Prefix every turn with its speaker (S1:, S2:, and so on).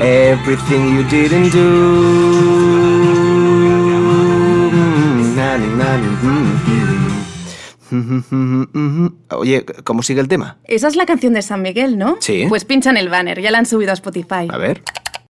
S1: everything you didn't do. Mm, na, na, na, mm, mm. Oye, ¿cómo sigue el tema?
S2: Esa es la canción de San Miguel, ¿no?
S1: Sí.
S2: Pues pinchan el banner, ya la han subido a Spotify.
S1: A ver.